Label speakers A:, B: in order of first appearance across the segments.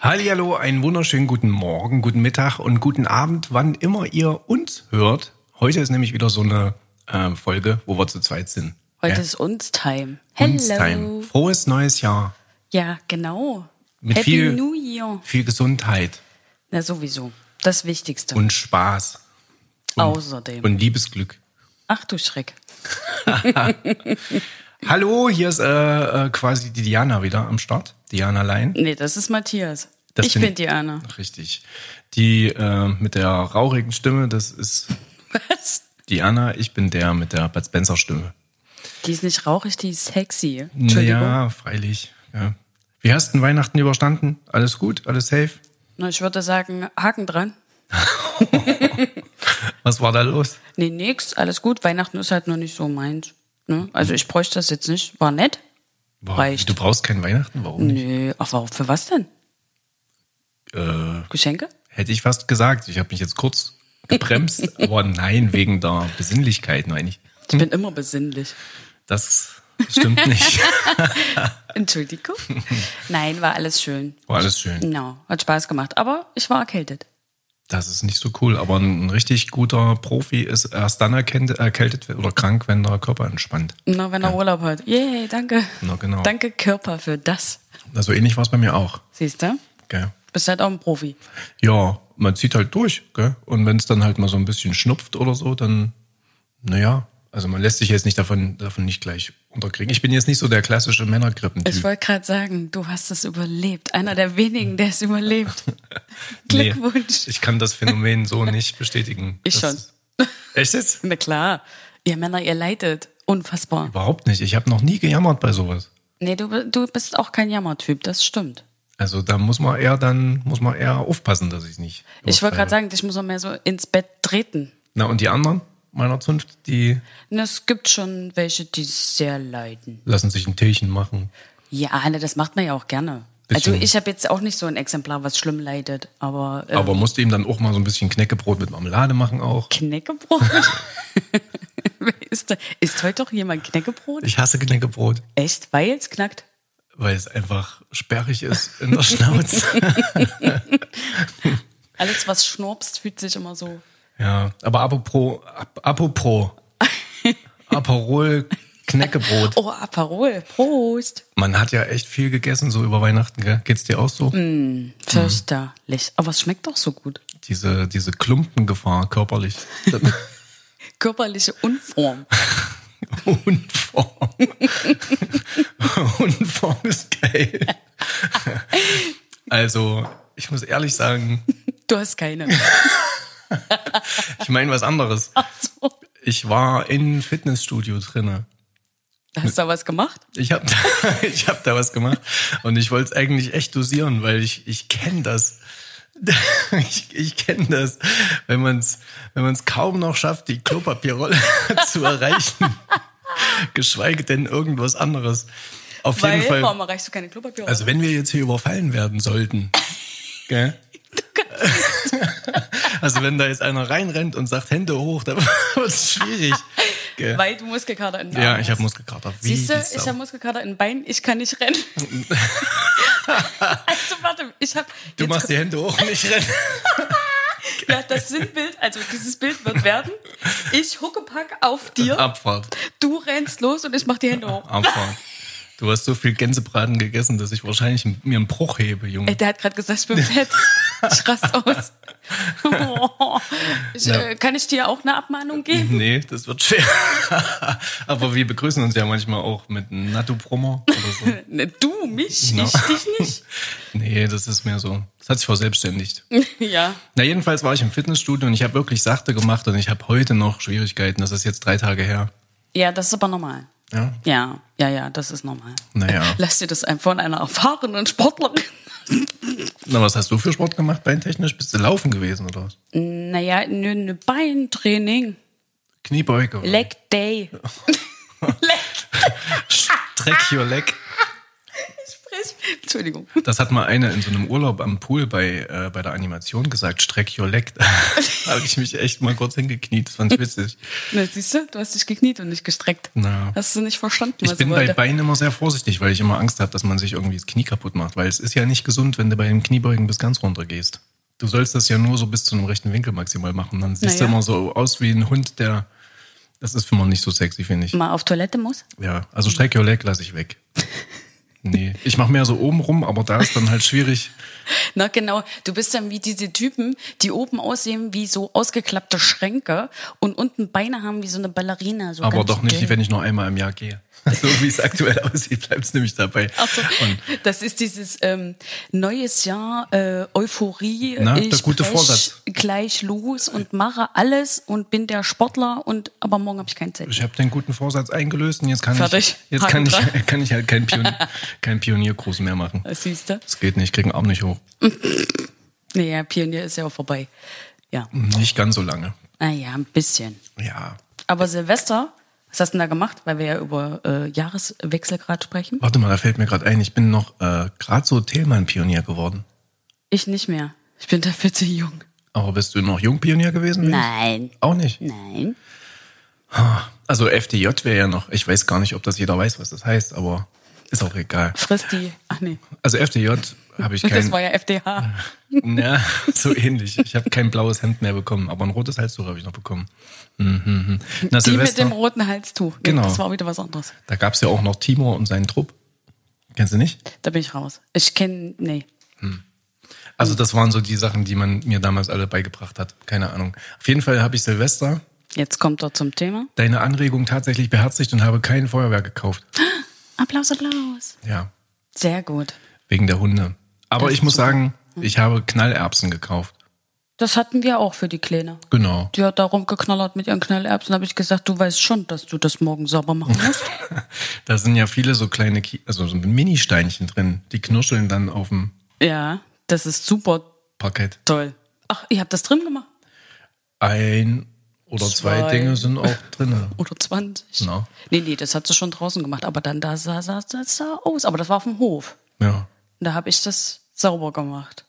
A: Hallihallo, einen wunderschönen guten Morgen, guten Mittag und guten Abend, wann immer ihr uns hört. Heute ist nämlich wieder so eine äh, Folge, wo wir zu zweit sind.
B: Heute
A: Ja.
B: ist uns Time.
A: Uns Time. Frohes neues Jahr.
B: Ja, genau.
A: Mit
B: Happy
A: viel-
B: New Year.
A: Viel Gesundheit
B: Na sowieso. Das Wichtigste.
A: und Spaß
B: Außerdem.
A: und Liebesglück.
B: Ach du Schreck.
A: Hallo, hier ist äh, äh, quasi die Diana wieder am Start. Diana Lein.
B: Nee, das ist Matthias.
A: Das
B: ich bin Diana.
A: Richtig. Die äh, mit der raurigen Stimme, das ist
B: Was?
A: Diana. Ich bin der mit der Bud Spencer Stimme.
B: Die ist nicht rauchig, die ist sexy. Entschuldigung.
A: Ja, freilich. Ja. Wie hast du denn Weihnachten überstanden? Alles gut? Alles safe?
B: Na, ich würde sagen, Haken dran.
A: Was war da los?
B: Nee, nix, alles gut. Weihnachten ist halt noch nicht so meins. Ne? Also ich bräuchte das jetzt nicht. War nett.
A: Warum?
B: Reicht.
A: Du brauchst kein Weihnachten, warum nicht?
B: Nee, ach, warum? Für was denn?
A: Äh,
B: Geschenke?
A: hätte ich fast gesagt. Ich habe mich jetzt kurz gebremst, aber nein, wegen der Besinnlichkeit, meine ich.
B: Ich bin immer besinnlich.
A: Das stimmt nicht.
B: Entschuldigung. Nein, war alles schön.
A: War alles schön.
B: Genau, hat Spaß gemacht. Aber ich war erkältet.
A: Das ist nicht so cool, aber ein, ein richtig guter Profi ist erst dann erkennt, erkältet oder krank, wenn der Körper entspannt.
B: Na, wenn er Urlaub hat. Yay, danke.
A: Na, genau.
B: Danke, Körper, für das.
A: Also ähnlich war es bei mir auch.
B: Siehst du?
A: Gell?
B: Bist halt auch ein Profi.
A: Ja, man zieht halt durch, gell? Und wenn es dann halt mal so ein bisschen schnupft oder so, dann, naja, also man lässt sich jetzt nicht davon, davon nicht gleich unterkriegen. Ich bin jetzt nicht so der klassische
B: Ich
A: Männergrippentyp.
B: wollte gerade sagen, du hast es überlebt. Einer der wenigen, der es überlebt. Glückwunsch.
A: Nee, ich kann das Phänomen so nicht bestätigen.
B: Ich
A: das, Echt jetzt?
B: Na klar, ihr Männer, ihr leidet. Unfassbar.
A: Überhaupt nicht. Ich habe noch nie gejammert bei sowas.
B: Nee, du, bi- du bist auch kein Jammertyp, das stimmt.
A: Also da muss man eher dann, muss man eher aufpassen, dass ich nicht.
B: Ich wollte
A: übertreibe.
B: gerade sagen, dich muss man mehr so ins Bett treten.
A: Na, und die anderen meiner Zunft, die
B: Und es gibt schon welche, die sehr leiden.
A: lassen sich ein Teechen machen.
B: Ja, ne, das macht man ja auch gerne. Also
A: Bisschen.
B: ich habe jetzt auch nicht so ein Exemplar, was schlimm leidet, aber, äh,
A: Aber musste ihm dann auch mal so ein bisschen Knäckebrot mit Marmelade machen auch.
B: Knäckebrot. Wer ist, da, ist heute doch jemand Knäckebrot?
A: Ich hasse Knäckebrot.
B: Echt? Weil es knackt?
A: weil es einfach sperrig ist in der Schnauze.
B: Alles, was schnorpst, fühlt sich immer so.
A: ja, aber apropos, ap apropos, Aperol, Knäckebrot.
B: Oh, Aperol, Prost.
A: Man hat ja echt viel gegessen so über Weihnachten, gell? Geht's dir auch so?
B: Fürchterlich. Aber es schmeckt doch so gut.
A: Diese, diese Klumpengefahr körperlich.
B: Körperliche Unform.
A: Unform. Unform ist geil. also, ich muss ehrlich sagen,
B: Du hast keine.
A: ich meine was anderes.
B: Ach so.
A: Ich war in Fitnessstudio drinne.
B: Hast du da was gemacht?
A: Ich habe da, ich hab da was gemacht und ich wollte es eigentlich echt dosieren, weil ich, ich kenne das. Ich, ich kenne das, wenn man es wenn man's kaum noch schafft, die Klopapierrolle zu erreichen. Geschweige denn irgendwas anderes. Auf
B: Weil,
A: jeden Fall.
B: warum erreichst du keine Klopapier?
A: Also wenn wir jetzt hier überfallen werden sollten, gell? also wenn da jetzt einer reinrennt und sagt Hände hoch, dann wird es schwierig. Gell?
B: Weil du Muskelkater in den
A: Ja,
B: Armen
A: ich habe
B: hast.
A: Muskelkater. Wie
B: Siehst du,
A: die Sau.
B: ich habe Muskelkater in den Beinen, ich kann nicht rennen. also warte, ich habe.
A: Du machst die Hände hoch und ich renne.
B: Ja, das Sinnbild, also dieses Bild wird werden. Ich huckepack auf dir,
A: Abfahrt.
B: du rennst los und ich mach die Hände hoch.
A: Abfahrt. Du hast so viel Gänsebraten gegessen, dass ich wahrscheinlich m- mir einen Bruch hebe, Junge.
B: Ey, der hat gerade gesagt, ich bin fett. Ich rast aus. Boah. Ich, äh, kann ich dir auch eine Abmahnung geben?
A: Nee, das wird schwer. Aber wir begrüßen uns ja manchmal auch mit einem Natto-Promo oder so.
B: Ne, Du, mich,
A: No.
B: ich, dich nicht.
A: Nee, das ist mehr so. Das hat sich verselbstständigt.
B: Ja,
A: Na, jedenfalls war ich im Fitnessstudio und ich habe wirklich sachte gemacht und ich habe heute noch Schwierigkeiten. Das ist jetzt drei Tage her.
B: ja, das ist aber normal.
A: Ja.
B: Ja, ja, ja, das ist normal.
A: Naja.
B: Lass dir das einfach von einer erfahrenen Sportlerin
A: Na, was hast du für Sport gemacht, beintechnisch? Bist du laufen gewesen oder was?
B: Naja, nö, ne Beintraining.
A: Kniebeuge. oder?
B: Leg Day. Leg
A: Streck your leg.
B: Sprich, Entschuldigung.
A: Das hat mal einer in so einem Urlaub am Pool bei, äh, bei der Animation gesagt, streck your leg. da habe ich mich echt mal kurz hingekniet. Das fand ich witzig.
B: Na, siehst du, du hast dich gekniet und nicht gestreckt.
A: Na.
B: Hast du nicht verstanden,
A: Ich
B: was
A: bin
B: ich
A: bei
B: wollte?
A: Beinen immer sehr vorsichtig, weil ich immer Angst habe, dass man sich irgendwie das Knie kaputt macht. Weil es ist ja nicht gesund, wenn du bei dem Kniebeugen bis ganz runter gehst. Du sollst das ja nur so bis zu einem rechten Winkel maximal machen. Dann siehst du
B: Naja.
A: immer so aus wie ein Hund, der. Das ist für mich nicht so sexy, finde ich.
B: Mal auf Toilette muss?
A: Ja, also streck your leg lasse ich weg. Nee, ich mache mehr so oben rum, aber da ist dann halt schwierig.
B: Na genau, du bist dann wie diese Typen, die oben aussehen wie so ausgeklappte Schränke und unten Beine haben wie so eine Ballerina. So
A: Aber
B: ganz
A: doch nicht,
B: dünn.
A: wenn ich nur einmal im Jahr gehe. So wie es aktuell aussieht, bleibt es nämlich dabei.
B: Ach so,
A: Und
B: das ist dieses ähm, neues Jahr, äh, Euphorie,
A: Na, der
B: ich
A: gute
B: brech
A: Vorsatz.
B: gleich los und mache alles und bin der Sportler und aber morgen habe ich keine Zeit.
A: ich habe den guten Vorsatz eingelöst und jetzt kann
B: Fertig.
A: ich jetzt kann
B: Haken
A: ich, kann ich halt keinen Pionier, keinen Pioniergruß mehr machen.
B: Siehst du?
A: Das geht nicht, ich krieg den Arm nicht hoch.
B: Naja, Pionier ist ja auch vorbei. Ja,
A: Nicht ganz so lange.
B: naja, ein bisschen.
A: Ja.
B: Aber Silvester, was hast du denn da gemacht? Weil wir ja über äh, Jahreswechsel gerade sprechen.
A: Warte mal, da fällt mir gerade ein, ich bin noch äh, gerade so Thelmann-Pionier geworden.
B: Ich nicht mehr. Ich bin dafür zu jung.
A: Aber bist du noch Jungpionier gewesen?
B: Nein.
A: Auch nicht.
B: Nein.
A: Also FDJ wäre ja noch, ich weiß gar nicht, ob das jeder weiß, was das heißt, aber ist auch egal.
B: Friss die. Ach nee,
A: Also FDJ habe ich Also
B: das
A: kein,
B: war ja FDH.
A: na, so ähnlich. Ich habe kein blaues Hemd mehr bekommen, aber ein rotes Halstuch habe ich noch bekommen. Mhm, mhm. Na,
B: Die mit dem
A: Silvester,
B: roten Halstuch. Nee,
A: Genau.
B: Das war wieder was anderes.
A: da gab es ja auch noch Timur und seinen Trupp. Kennst du nicht?
B: Da bin ich raus. Ich kenne, nee.
A: Also das waren so die Sachen, die man mir damals alle beigebracht hat. Keine Ahnung. Auf jeden Fall habe ich Silvester
B: Jetzt kommt er zum Thema.
A: deine Anregung tatsächlich beherzigt und habe kein Feuerwerk gekauft.
B: Applaus, Applaus.
A: Ja,
B: Sehr gut.
A: wegen der Hunde. Aber
B: Das
A: ich
B: ist
A: muss
B: super.
A: sagen, ich habe Knallerbsen gekauft.
B: Das hatten wir auch für die Kleine.
A: Genau.
B: Die hat da rumgeknallert mit ihren Knallerbsen. Da habe ich gesagt, du weißt schon, dass du das morgen sauber machen musst.
A: Da sind ja viele so kleine, Ki also so Mini-Steinchen drin. Die knurscheln dann auf dem
B: ja, das ist super
A: Parkett.
B: toll. Ach, ihr habt das drin gemacht?
A: ein oder zwei,
B: Zwei.
A: Dinge sind auch drin.
B: Oder 20?
A: Na.
B: Nee, nee, das hat sie schon draußen gemacht. Aber dann da sah sah- das sah aus. Aber das war auf dem Hof.
A: Ja.
B: Und da habe ich das sauber gemacht.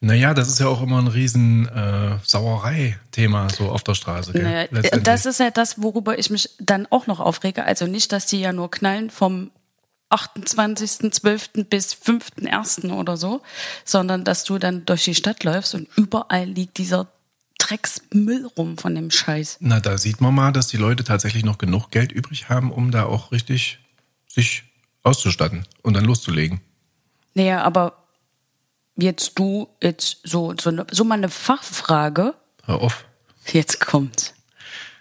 A: Naja, das ist ja auch immer ein riesen äh, Sauerei-Thema so auf der Straße. Gell?
B: Naja, äh,
A: Letztendlich.
B: das ist ja das, worüber ich mich dann auch noch aufrege. Also nicht, dass die ja nur knallen vom 28.12. bis 5.1. oder so, sondern dass du dann durch die Stadt läufst und überall liegt dieser Drecksmüll rum von dem Scheiß.
A: Na, da sieht man mal, dass die Leute tatsächlich noch genug Geld übrig haben, um da auch richtig sich auszustatten und dann loszulegen.
B: Naja, aber jetzt du, jetzt so, so, ne- so mal eine Fachfrage.
A: Hör auf.
B: Jetzt kommt.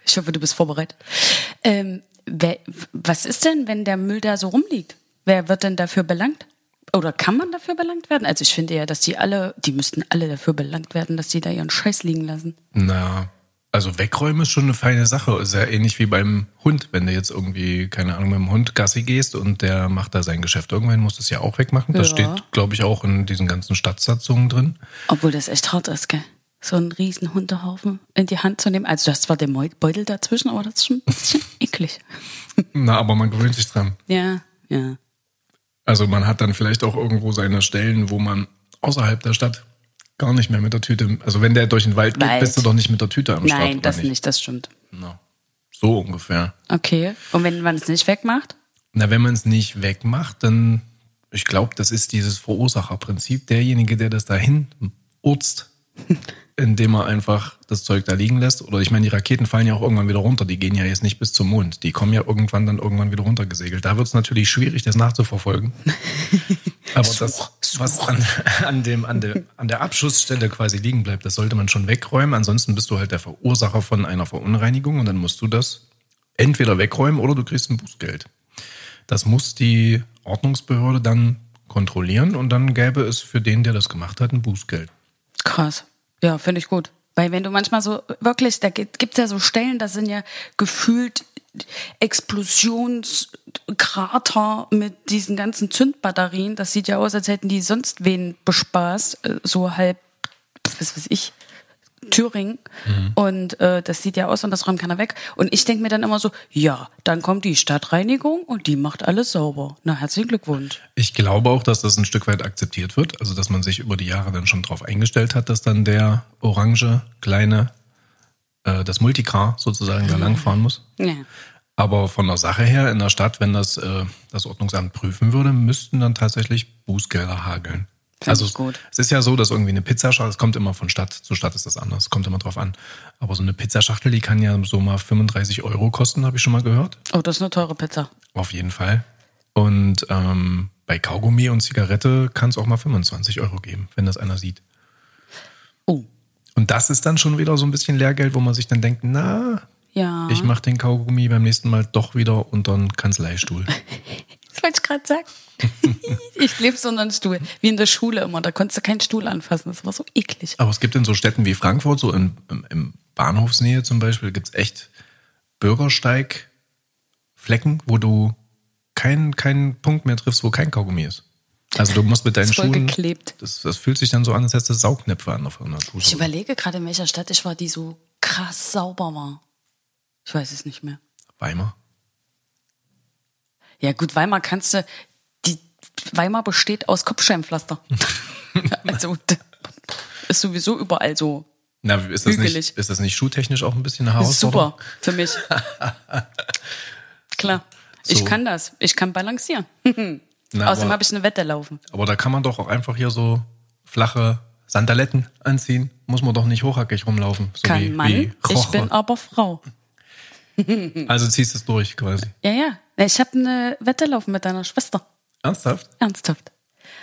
B: Ich hoffe, du bist vorbereitet. Ähm, wer, was ist denn, wenn der Müll da so rumliegt? Wer wird denn dafür belangt? Oder kann man dafür belangt werden? Also ich finde ja, dass die alle, die müssten alle dafür belangt werden, dass die da ihren Scheiß liegen lassen.
A: Na, also wegräumen ist schon eine feine Sache. Ist ja ähnlich wie beim Hund. Wenn du jetzt irgendwie, keine Ahnung, mit dem Hund Gassi gehst und der macht da sein Geschäft, irgendwann musst du es ja auch wegmachen. Das
B: Ja.
A: steht, glaube ich, auch in diesen ganzen Stadtsatzungen drin.
B: Obwohl das echt hart ist, gell? So einen riesen Hundehaufen in die Hand zu nehmen. Also du hast zwar den Meu- Beutel dazwischen, aber das ist schon ein bisschen eklig.
A: Na, aber man gewöhnt sich dran.
B: Ja, ja.
A: Also man hat dann vielleicht auch irgendwo seine Stellen, wo man außerhalb der Stadt gar nicht mehr mit der Tüte, also wenn der durch den Wald geht,
B: Wald.
A: bist du doch nicht mit der Tüte am Start.
B: Nein,
A: oder
B: das nicht, das stimmt.
A: Na, so ungefähr.
B: Okay. Und wenn man es nicht wegmacht?
A: Na, wenn man es nicht wegmacht, dann, ich glaube, das ist dieses Verursacherprinzip. Derjenige, der das dahin urzt, indem er einfach das Zeug da liegen lässt. Oder ich meine, die Raketen fallen ja auch irgendwann wieder runter. Die gehen ja jetzt nicht bis zum Mond. Die kommen ja irgendwann dann irgendwann wieder runtergesegelt. Da wird es natürlich schwierig, das nachzuverfolgen. Aber das, was an, an, dem, an, der, an der Abschussstelle quasi liegen bleibt, das sollte man schon wegräumen. Ansonsten bist du halt der Verursacher von einer Verunreinigung und dann musst du das entweder wegräumen oder du kriegst ein Bußgeld. Das muss die Ordnungsbehörde dann kontrollieren und dann gäbe es für den, der das gemacht hat, ein Bußgeld.
B: Krass. Ja, finde ich gut. Weil wenn du manchmal so, wirklich, da gibt es ja so Stellen, da sind ja gefühlt Explosionskrater mit diesen ganzen Zündbatterien. Das sieht ja aus, als hätten die sonst wen bespaßt, äh, so halb, was weiß ich, Thüringen und äh, das sieht ja aus und das räumt keiner weg. Und ich denke mir dann immer so, ja, dann kommt die Stadtreinigung und die macht alles sauber. Na, herzlichen Glückwunsch.
A: Ich glaube auch, dass das ein Stück weit akzeptiert wird. Also, dass man sich über die Jahre dann schon drauf eingestellt hat, dass dann der orange, kleine, äh, das Multicar sozusagen da langfahren muss.
B: Ja.
A: Aber von der Sache her in der Stadt, wenn das äh, das Ordnungsamt prüfen würde, müssten dann tatsächlich Bußgelder hageln.
B: Find
A: Also
B: ich gut.
A: es ist ja so, dass irgendwie eine Pizzaschachtel, es kommt immer von Stadt zu Stadt ist das anders, kommt immer drauf an. Aber so eine Pizzaschachtel, die kann ja so mal 35 Euro kosten, habe ich schon mal gehört.
B: Oh, das ist eine teure Pizza.
A: Auf jeden Fall. Und ähm, bei Kaugummi und Zigarette kann es auch mal 25 Euro geben, wenn das einer sieht.
B: Oh,
A: Und das ist dann schon wieder so ein bisschen Lehrgeld, wo man sich dann denkt, na,
B: ja.
A: ich mache den Kaugummi beim nächsten Mal doch wieder unter einen Kanzleistuhl.
B: Das wollte ich gerade sagen. ich lebe so unter einem Stuhl. Wie in der Schule immer. Da konntest du keinen Stuhl anfassen. Das war so eklig.
A: Aber es gibt in so Städten wie Frankfurt, so im, im, im Bahnhofsnähe zum Beispiel, gibt's echt Bürgersteigflecken, wo du keinen keinen Punkt mehr triffst, wo kein Kaugummi ist. Also du musst mit deinen
B: Ist voll
A: Schuhen.
B: geklebt.
A: Das, das fühlt sich dann so an, als hättest du Saugnäpfe an auf einer Schuhe.
B: Ich überlege gerade, in welcher Stadt ich war, die so krass sauber war. Ich weiß es nicht mehr.
A: Weimar.
B: Ja, gut, Weimar kannst du. Die, Weimar besteht aus Kopfsteinpflaster. also, d- ist sowieso überall so.
A: Na, ist das,
B: Hügelig.
A: nicht, ist das nicht schuhtechnisch auch ein bisschen eine
B: Das ist
A: Herausforderung?
B: super für mich. Klar. Ich
A: So.
B: kann das. Ich kann balancieren.
A: Na,
B: Außerdem
A: aber-
B: habe ich eine Wette laufen.
A: Aber da kann man doch auch einfach hier so flache Sandaletten anziehen. Muss man doch nicht hochhackig rumlaufen. So
B: Kann
A: wie,
B: Mann.
A: Wie
B: ich bin
A: Roche.
B: aber Frau.
A: also ziehst es durch quasi.
B: Ja, ja. Na, Ich habe eine Wette laufen mit deiner Schwester.
A: Ernsthaft?
B: Ernsthaft.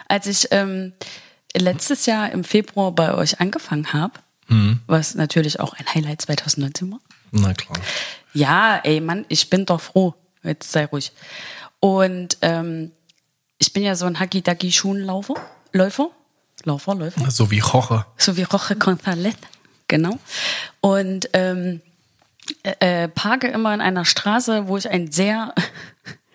B: Als ich ähm, letztes Jahr im Februar bei euch angefangen habe, was natürlich auch ein Highlight 2019 war.
A: Na klar.
B: Ja, ey Mann, ich bin doch froh. Jetzt sei ruhig. Und ähm, ich bin ja so ein Haki-Daki-Schuhenläufer. Läufer? Läufer, Läufer.
A: So wie Roche.
B: So wie Roche González. Genau. Und ähm, äh, äh, parke immer in einer Straße, wo ich einen sehr,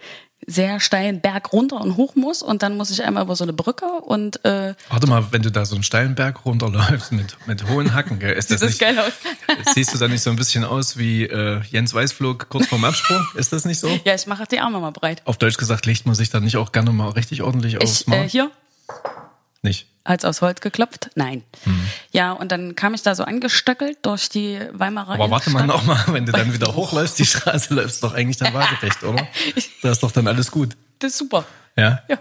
B: sehr steilen Berg runter und hoch muss. Und dann muss ich einmal über so eine Brücke und äh,
A: Warte mal, wenn du da so einen steilen Berg runterläufst mit, mit hohen Hacken, gell? Ist das,
B: sieht das
A: nicht,
B: geil aus.
A: Siehst du da nicht so ein bisschen aus wie äh, Jens Weißflug kurz vorm Absprung? Ist das nicht so?
B: ja, ich mache die Arme mal breit.
A: Auf Deutsch gesagt, legt man sich dann nicht auch gerne mal richtig ordentlich aufs
B: Ich, äh,
A: Maul?
B: hier,
A: nicht.
B: Hals aus Holz geklopft? Nein.
A: Mhm.
B: Ja, und dann kam ich da so angestöckelt durch die Weimarer
A: Aber warte mal
B: Innenstadt.
A: noch mal, wenn du dann wieder hochläufst, die Straße läufst doch eigentlich dann waagerecht, oder? Da ist doch dann alles gut.
B: Das ist super.
A: Ja?
B: Ja.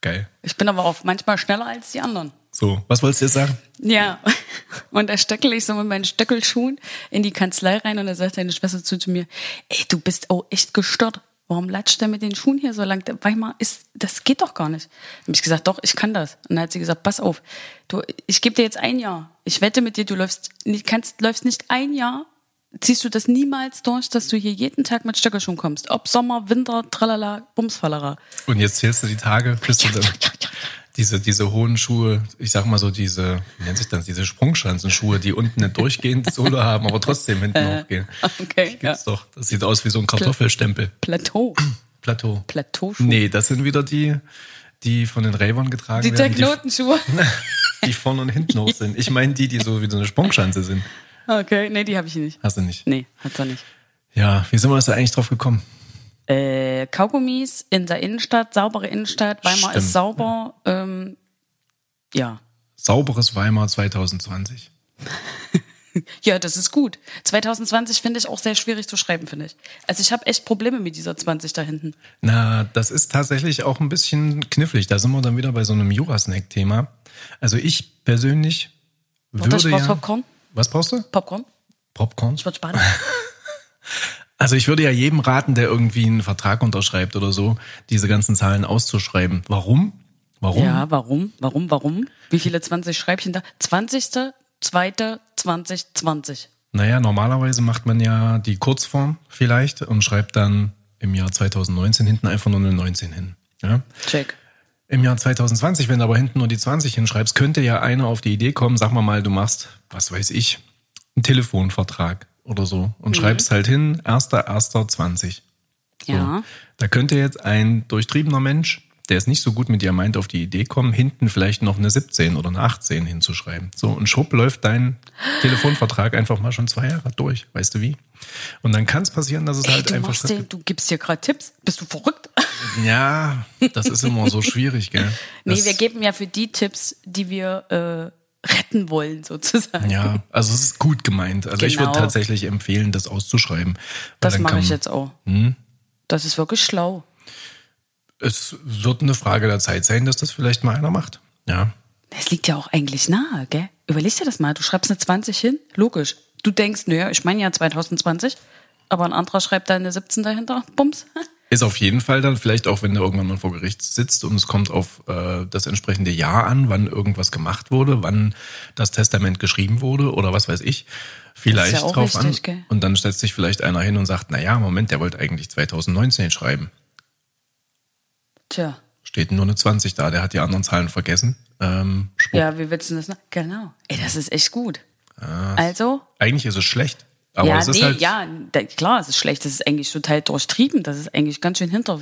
A: Geil.
B: Ich bin aber auch manchmal schneller als die anderen.
A: So, was wolltest du jetzt sagen?
B: Ja, und da stöckel ich so mit meinen Stöckelschuhen in die Kanzlei rein und da sagt deine Schwester zu, zu mir, ey, du bist auch echt gestört. Warum latscht der mit den Schuhen hier so lang? Der Weimar ist, das geht doch gar nicht. Dann hab ich gesagt, doch, ich kann das. Und dann hat sie gesagt, pass auf, du, ich gebe dir jetzt ein Jahr. Ich wette mit dir, du läufst, nicht- kannst, läufst nicht ein Jahr, ziehst du das niemals durch, dass du hier jeden Tag mit Stöckelschuhen kommst. Ob Sommer, Winter, tralala, Bumsfallera.
A: Und jetzt zählst du die Tage, bis du dann diese, diese hohen Schuhe, ich sag mal so diese, wie nennt sich das, diese Sprungschanzenschuhe, die unten nicht durchgehend Sohle haben, aber trotzdem hinten hochgehen.
B: Äh, okay,
A: Das gibt's doch. Das sieht aus wie so ein Kartoffelstempel.
B: Plateau.
A: Plateau.
B: Plateauschuhe.
A: Nee, das sind wieder die, die von den Ravern getragen
B: Die
A: werden,
B: Knotenschuhe.
A: die, die vorne und hinten hoch sind. Ich meine die, die so wie so eine Sprungschanze sind.
B: Okay, nee, die habe ich nicht.
A: Hast du nicht?
B: Nee, hat er nicht.
A: Ja, wie sind wir jetzt da eigentlich drauf gekommen?
B: Äh, Kaugummis in der Innenstadt, saubere Innenstadt, Weimar
A: Stimmt.
B: ist sauber. Ähm, ja.
A: Sauberes Weimar 2020.
B: Ja, das ist gut. 2020 finde ich auch sehr schwierig zu schreiben, finde ich. Also ich habe echt Probleme mit dieser 20 da hinten.
A: Na, das ist tatsächlich auch ein bisschen knifflig. Da sind wir dann wieder bei so einem Jurasnack-Thema. Also ich persönlich
B: Warte, ich
A: würde
B: brauch
A: ja...
B: Popcorn.
A: Was brauchst du?
B: Popcorn?
A: Popcorn?
B: Ich würde sparen.
A: Also ich würde ja jedem raten, der irgendwie einen Vertrag unterschreibt oder so, diese ganzen Zahlen auszuschreiben. Warum? Warum?
B: ja, warum? Warum? Warum? Wie viele 20 Schreibchen da? 20. 2. 2020.
A: Naja, normalerweise macht man ja die Kurzform vielleicht und schreibt dann im Jahr 2019 hinten einfach nur eine 19 hin. Ja?
B: Check.
A: Im Jahr 2020, wenn du aber hinten nur die 20 hinschreibst, könnte ja einer auf die Idee kommen, sag mal mal, du machst, was weiß ich, einen Telefonvertrag oder so und
B: Mhm.
A: schreibst halt hin 1.1.20. So.
B: Ja.
A: Da könnte jetzt ein durchtriebener Mensch der es nicht so gut mit Diamant auf die Idee kommen, hinten vielleicht noch eine 17 oder eine 18 hinzuschreiben. So, und schwupp läuft dein Telefonvertrag einfach mal schon zwei Jahre durch, weißt du wie? Und dann kann es passieren, dass es
B: Ey,
A: halt
B: du,
A: einfach.
B: machst den, du gibst hier gerade Tipps. Bist du verrückt?
A: Ja, das ist immer so schwierig, gell?
B: Nee,
A: das,
B: wir geben ja für die Tipps, die wir äh, retten wollen, sozusagen.
A: Ja, also es ist gut gemeint. Also ich würde
B: Genau.
A: tatsächlich empfehlen, das auszuschreiben. weil
B: das
A: dann Hm?
B: mache
A: kann-
B: ich jetzt auch. Das ist wirklich schlau.
A: Es wird eine Frage der Zeit sein, dass das vielleicht mal einer macht. Ja.
B: Es liegt ja auch eigentlich nahe, gell? Überleg dir das mal. Du schreibst eine 20 hin, logisch. Du denkst, naja, ich meine ja 2020, aber ein anderer schreibt da eine 17 dahinter. Bums.
A: Ist auf jeden Fall dann vielleicht auch, wenn du irgendwann mal vor Gericht sitzt und es kommt auf äh, das entsprechende Jahr an, wann irgendwas gemacht wurde, wann das Testament geschrieben wurde oder was weiß ich, vielleicht
B: auch
A: drauf
B: richtig,
A: an.
B: gell?
A: Und dann setzt sich vielleicht einer hin und sagt, naja, Moment, der wollte eigentlich 2019 schreiben.
B: Tja.
A: Steht nur eine 20 da, der hat die anderen Zahlen vergessen. Ähm, Spuk.
B: Ja, wie willst du das? ne- Genau. Ey, das ist echt gut. Also,
A: Eigentlich ist es schlecht, Ah. aber
B: ja,
A: es ist
B: nee,
A: halt,
B: ja, da, klar, es ist schlecht. Das ist eigentlich total durchtrieben. Das ist eigentlich ganz schön hinter.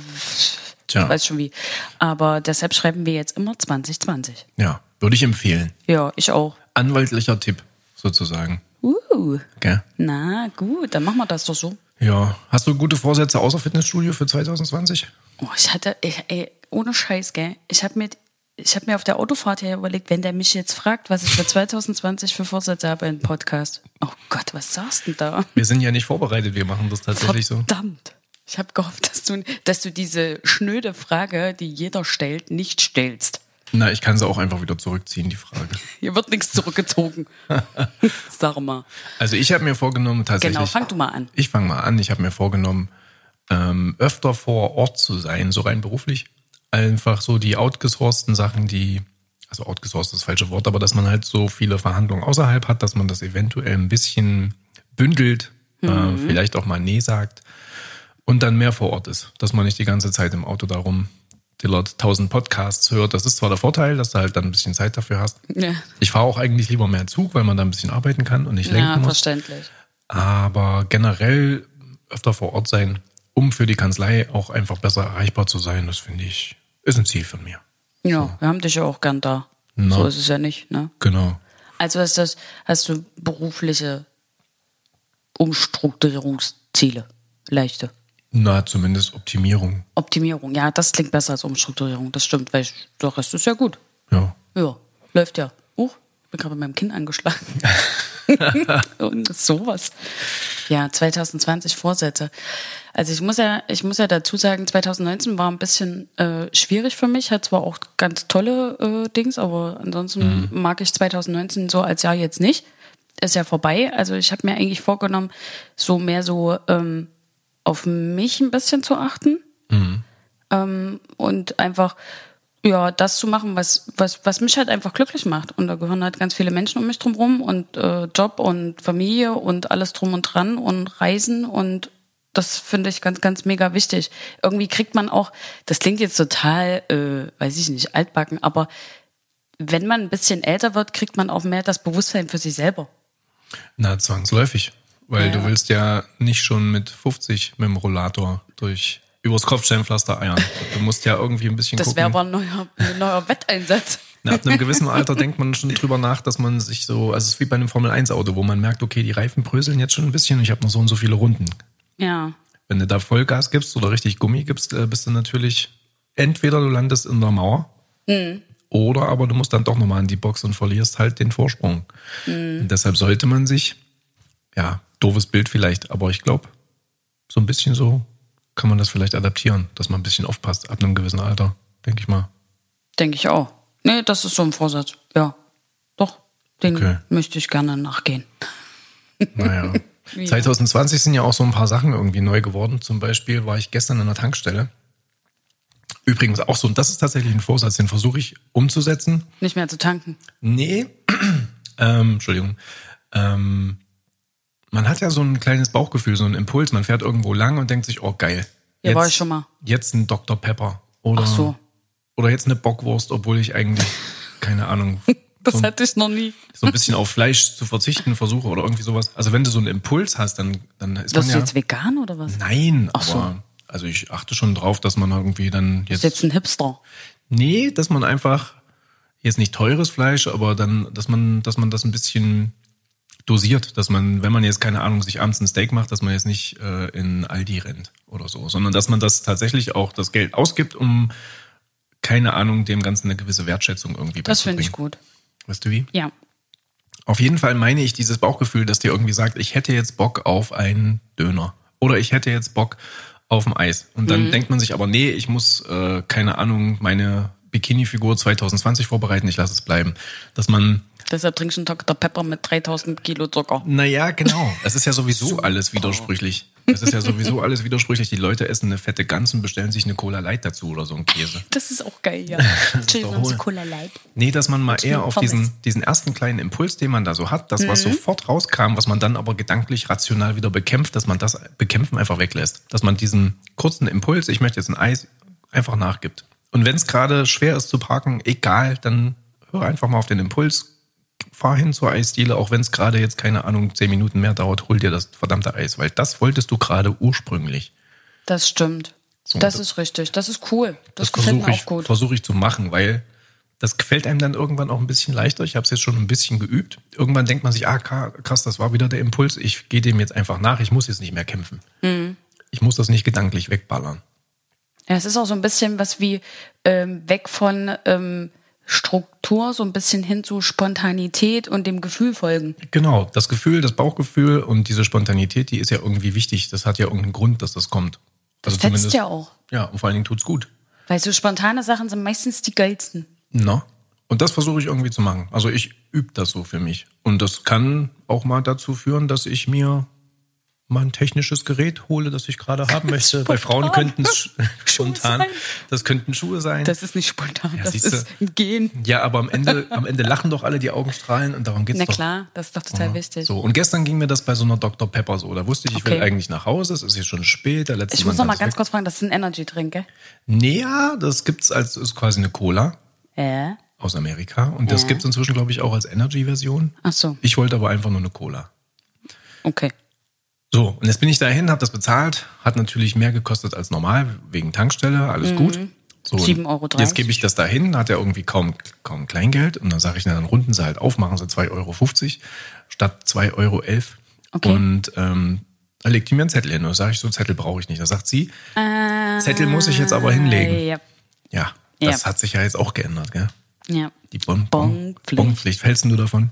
A: Tja.
B: Ich weiß schon wie. Aber deshalb schreiben wir jetzt immer 2020.
A: ja, würde ich empfehlen.
B: Ja, ich auch.
A: Anwaltlicher Tipp sozusagen.
B: Uh,
A: Gell?
B: na gut, dann machen wir das doch so.
A: Ja, hast du gute Vorsätze außer Fitnessstudio für 2020?
B: Oh, ich hatte, ich, ey, ohne Scheiß, gell? Ich habe mir, ich hab mir auf der Autofahrt hier überlegt, wenn der mich jetzt fragt, was ich für 2020 für Vorsätze habe im Podcast. Oh Gott, was sagst denn da?
A: Wir sind ja nicht vorbereitet, wir machen das tatsächlich so.
B: Verdammt. Ich habe gehofft, dass du, dass du diese schnöde Frage, die jeder stellt, nicht stellst.
A: Na, ich kann sie auch einfach wieder zurückziehen, die Frage.
B: Hier wird nichts zurückgezogen. Sag mal.
A: Also ich habe mir vorgenommen, tatsächlich.
B: Genau, fang du mal an.
A: Ich fange mal an. Ich habe mir vorgenommen, ähm, öfter vor Ort zu sein, so rein beruflich. Einfach so die outgesourcten Sachen, die, also outgesourced ist das falsche Wort, aber dass man halt so viele Verhandlungen außerhalb hat, dass man das eventuell ein bisschen bündelt, äh, vielleicht auch mal Nee sagt und dann mehr vor Ort ist. Dass man nicht die ganze Zeit im Auto darum dillert, tausend Podcasts hört. Das ist zwar der Vorteil, dass du halt dann ein bisschen Zeit dafür hast.
B: Ja,
A: Ich fahre auch eigentlich lieber mehr Zug, weil man da ein bisschen arbeiten kann und nicht lenken
B: ja
A: muss
B: verständlich.
A: aber generell öfter vor Ort sein, um für die Kanzlei auch einfach besser erreichbar zu sein, das finde ich, ist ein Ziel von mir.
B: Ja, wir haben dich ja auch gern da.
A: Na.
B: So ist es ja nicht, ne?
A: Genau.
B: Also ist das, hast du berufliche Umstrukturierungsziele, leichte.
A: Na, zumindest Optimierung.
B: Optimierung, ja, das klingt besser als Umstrukturierung, das stimmt, weil ich, der Rest ist ja gut.
A: Ja.
B: Ja, läuft ja. Huch, ich bin gerade mit meinem Kind angeschlagen. Und sowas. Ja, 2020 Vorsätze. Also ich muss ja, ich muss ja dazu sagen, 2019 war ein bisschen äh, schwierig für mich, hat zwar auch ganz tolle äh, Dings, aber ansonsten mag ich 2019 so als Jahr jetzt nicht. Ist ja vorbei. Also ich habe mir eigentlich vorgenommen, so mehr so ähm, auf mich ein bisschen zu achten ähm, und einfach ja das zu machen, was was was mich halt einfach glücklich macht. Und da gehören halt ganz viele Menschen um mich drum rum und äh, Job und Familie und alles drum und dran und Reisen und das finde ich ganz, ganz mega wichtig. Irgendwie kriegt man auch, das klingt jetzt total, äh, weiß ich nicht, altbacken, aber wenn man ein bisschen älter wird, kriegt man auch mehr das Bewusstsein für sich selber.
A: Na, zwangsläufig. Weil
B: Ja.
A: du willst ja nicht schon mit 50 mit dem Rollator durch übers Kopfsteinpflaster eiern. Du musst ja irgendwie ein bisschen
B: Das
A: gucken.
B: wäre aber ein neuer, ein neuer Wetteinsatz.
A: Na, ab einem gewissen Alter denkt man schon drüber nach, dass man sich so, also es ist wie bei einem Formel-1-Auto, wo man merkt, okay, die Reifen bröseln jetzt schon ein bisschen und ich habe noch so und so viele Runden.
B: Ja.
A: Wenn du da Vollgas gibst oder richtig Gummi gibst, äh, bist du natürlich entweder du landest in der Mauer oder aber du musst dann doch nochmal in die Box und verlierst halt den Vorsprung. Und deshalb sollte man sich, ja, doofes Bild vielleicht, aber ich glaube, so ein bisschen so kann man das vielleicht adaptieren, dass man ein bisschen aufpasst ab einem gewissen Alter, denke ich mal.
B: Denke ich auch. Nee, das ist so ein Vorsatz. Ja. Doch. Den
A: Okay.
B: möchte ich gerne nachgehen.
A: Naja. 2020 sind ja auch so ein paar Sachen irgendwie neu geworden. Zum Beispiel war ich gestern an der Tankstelle. Übrigens auch so, und das ist tatsächlich ein Vorsatz, den versuche ich umzusetzen.
B: Nicht mehr zu tanken.
A: Nee. ähm, Entschuldigung. Ähm, man hat ja so ein kleines Bauchgefühl, so einen Impuls. Man fährt irgendwo lang und denkt sich, oh geil.
B: Hier war ich schon mal.
A: Jetzt ein Dr. Pepper. Oder,
B: Ach so.
A: oder jetzt eine Bockwurst, obwohl ich eigentlich, keine Ahnung,
B: Das
A: so, ein-
B: hatte ich noch nie.
A: so ein bisschen auf Fleisch zu verzichten versuche oder irgendwie sowas. Also wenn du so einen Impuls hast, dann, dann ist
B: Wirst
A: man
B: du
A: ja...
B: jetzt vegan oder was?
A: Nein, aber
B: so.
A: Also ich achte schon drauf, dass man irgendwie dann
B: Ist
A: jetzt.
B: jetzt ein Hipster.
A: Nee, dass man einfach jetzt nicht teures Fleisch, aber dann, dass man, dass man das ein bisschen dosiert, dass man, wenn man jetzt keine Ahnung, sich abends ein Steak macht, dass man jetzt nicht äh, in Aldi rennt oder so, sondern dass man das tatsächlich auch das Geld ausgibt, um keine Ahnung, dem Ganzen eine gewisse Wertschätzung irgendwie
B: Das finde ich
A: beizubringen.
B: gut.
A: Weißt du wie?
B: Ja.
A: Auf jeden Fall meine ich dieses Bauchgefühl, dass dir irgendwie sagt, ich hätte jetzt Bock auf einen Döner oder ich hätte jetzt Bock auf ein Eis. Und dann denkt man sich aber, nee, ich muss, äh, keine Ahnung, meine Bikini-Figur 2020 vorbereiten, ich lasse es bleiben. Dass man,
B: Deshalb trinkst du einen Dr. Pepper mit 3000 Kilo Zucker.
A: naja, genau, es ist ja sowieso alles widersprüchlich. Es ist ja sowieso alles widersprüchlich. Die Leute essen eine fette Gans und bestellen sich eine Cola Light dazu oder so einen Käse.
B: Das ist auch geil, ja.
A: doch
B: Entschuldigung, haben Sie
A: wohl.
B: Cola Light?
A: Nee, dass man mal eher auf
B: Pommes.
A: diesen, diesen ersten kleinen Impuls, den man da so hat, dass was sofort rauskam, was man dann aber gedanklich rational wieder bekämpft, dass man das Bekämpfen einfach weglässt. Dass man diesen kurzen Impuls, ich möchte jetzt ein Eis, einfach nachgibt. Und wenn es gerade schwer ist zu parken, egal, dann hör einfach mal auf den Impuls, fahr hin zur Eisdiele, auch wenn es gerade jetzt, keine Ahnung, zehn Minuten mehr dauert, hol dir das verdammte Eis, weil das wolltest du gerade ursprünglich.
B: Das stimmt.
A: So,
B: das
A: das-
B: ist richtig. Das ist cool.
A: Das
B: Das, gefällt mir
A: versuche ich,
B: auch gut.
A: versuch ich zu machen, weil das quält einem dann irgendwann auch ein bisschen leichter. Ich habe es jetzt schon ein bisschen geübt. Irgendwann denkt man sich, ah ka- krass, das war wieder der Impuls. Ich gehe dem jetzt einfach nach. Ich muss jetzt nicht mehr kämpfen.
B: Hm.
A: Ich muss das nicht gedanklich wegballern.
B: Ja, es ist auch so ein bisschen was wie ähm, weg von ähm, Struktur, so ein bisschen hin zu Spontanität und dem Gefühl folgen.
A: Genau, das Gefühl, das Bauchgefühl und diese Spontanität, die ist ja irgendwie wichtig. Das hat ja irgendeinen Grund, dass das kommt. Also
B: Das fetzt ja auch.
A: Ja, und vor allen Dingen tut's gut.
B: Weil so spontane Sachen sind meistens die geilsten.
A: Na? Und das versuche ich irgendwie zu machen. Also ich übe das so für mich. Und das kann auch mal dazu führen, dass ich mir mal ein technisches Gerät hole, das ich gerade haben möchte. Bei Frauen
B: spontan.
A: könnten es spontan,
B: sein.
A: das könnten Schuhe sein.
B: Das ist nicht spontan, das
A: siehste.
B: ist ein Gen.
A: ja, aber am Ende, am Ende lachen doch alle, die Augen strahlen und darum geht's
B: Na
A: doch.
B: klar, das ist doch total
A: Ja.
B: wichtig.
A: So, und gestern ging mir das bei so einer Dr. Pepper so. Da wusste ich, ich will
B: Okay.
A: eigentlich nach Hause, es ist jetzt schon spät, der letzte
B: Ich muss noch
A: Mann
B: mal
A: hat es
B: ganz
A: weg.
B: kurz fragen, das ist ein Energy-Drink, gell?
A: Nee, ja, das gibt's als ist quasi eine Cola
B: Äh?
A: aus Amerika. Und das gibt's inzwischen, glaube ich, auch als Energy-Version.
B: Ach so,
A: Ich wollte aber einfach nur eine Cola.
B: okay.
A: So, und jetzt bin ich dahin, habe das bezahlt, hat natürlich mehr gekostet als normal, wegen Tankstelle, alles gut. So,
B: 7,30 Mhm. Euro.
A: Jetzt gebe ich das dahin, hat er irgendwie kaum, kaum Kleingeld und dann sage ich, na dann runden sie halt auf, machen sie 2,50 Euro statt 2,11 Euro.
B: Okay.
A: Und ähm, da legt die mir einen Zettel hin und da sage ich, so einen Zettel brauche ich nicht. Da sagt sie, Zettel muss ich jetzt aber hinlegen.
B: Äh, Ja,
A: Ja,
B: Ah. Ja.
A: das hat sich ja jetzt auch geändert, gell?
B: ja.
A: Die Bon
B: Bonpflicht.
A: Bonpflicht. Was Hältst du davon?